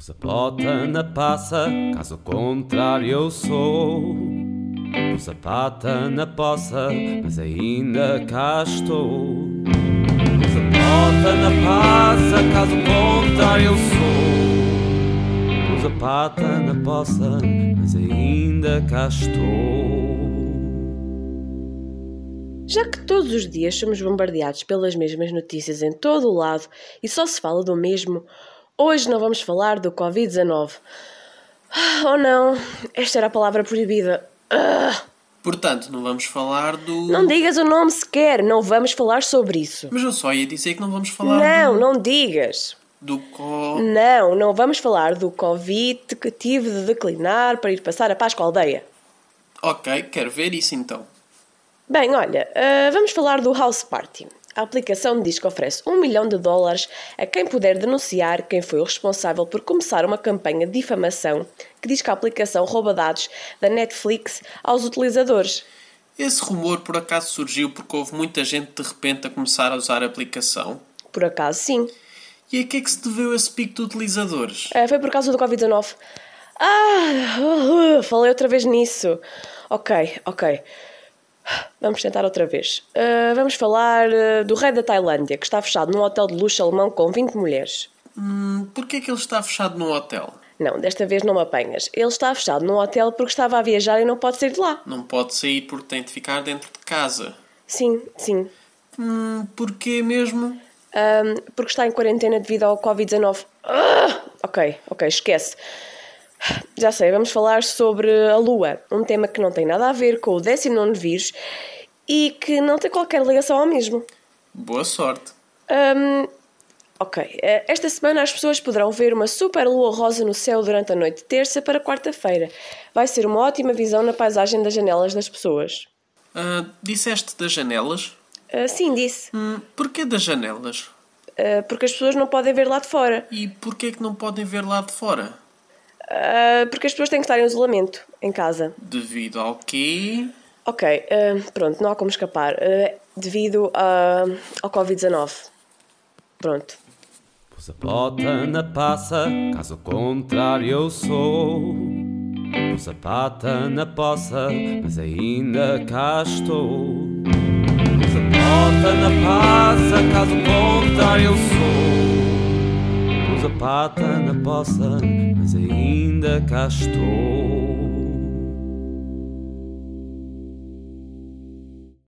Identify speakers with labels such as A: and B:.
A: Zapota na passa, caso contrário eu sou. O zapata na poça, mas ainda cá estou. O zapota na passa, caso contrário eu sou. O zapata na poça, mas ainda cá estou.
B: Já que todos os dias somos bombardeados pelas mesmas notícias em todo o lado e só se fala do mesmo, hoje não vamos falar do Covid-19. Ah, Oh não, esta era a palavra proibida. Ah,
C: Portanto, não vamos falar do.
B: não digas o nome sequer, não vamos falar sobre isso.
C: Mas eu só ia dizer que não vamos falar
B: Não, não digas.
C: do. do co.
B: Não, não vamos falar do Covid que tive de declinar para ir passar a Páscoa à aldeia.
C: Ok, quero ver isso então.
B: Bem, olha, ah, vamos falar do House Party. A aplicação de disco oferece um milhão de dólares a quem puder denunciar quem foi o responsável por começar uma campanha de difamação que diz que a aplicação rouba dados da Netflix aos utilizadores.
C: Esse rumor por acaso surgiu porque houve muita gente de repente a começar a usar a aplicação.
B: Por acaso, sim.
C: E a que é que se deveu esse pico de utilizadores?
B: Ah, foi por causa do Covid-19. Ah, uh, uh, falei outra vez nisso. Ok, ok. Vamos tentar outra vez. Ah, vamos falar ah, do rei da Tailândia, que está fechado num hotel de luxo alemão com 20 mulheres.
C: Hum, porquê é que ele está fechado num hotel?
B: Não, desta vez não me apanhas. Ele está fechado num hotel porque estava a viajar e não pode sair de lá.
C: Não pode sair porque tem de ficar dentro de casa.
B: Sim, sim.
C: Hum, porquê mesmo?
B: Ahm, porque está em quarentena devido ao Covid-19. Ah! Ok, ok, esquece. Já sei, vamos falar sobre a Lua, um tema que não tem nada a ver com o 19 vírus e que não tem qualquer ligação ao mesmo.
C: Boa sorte.
B: Ahm, ok, eh, esta semana as pessoas poderão ver uma super lua rosa no céu durante a noite de terça para quarta-feira. Vai ser uma ótima visão na paisagem das janelas das pessoas.
C: Ah, disseste das janelas?
B: Ah, sim, disse.
C: Hum, porquê das janelas?
B: Ah, porque as pessoas não podem ver lá de fora.
C: E porquê é que não podem ver lá de fora?
B: Ah, porque as pessoas têm que estar em isolamento, em casa.
C: Devido ao quê?
B: Ok, ah, pronto, não há como escapar. Ah, devido a- ao Covid-19. Pronto.
A: O zapota na passa, caso contrário eu sou. O zapata na poça, mas ainda cá estou. O zapota na passa, caso contrário eu sou. O zapata na poça, mas ainda cá estou.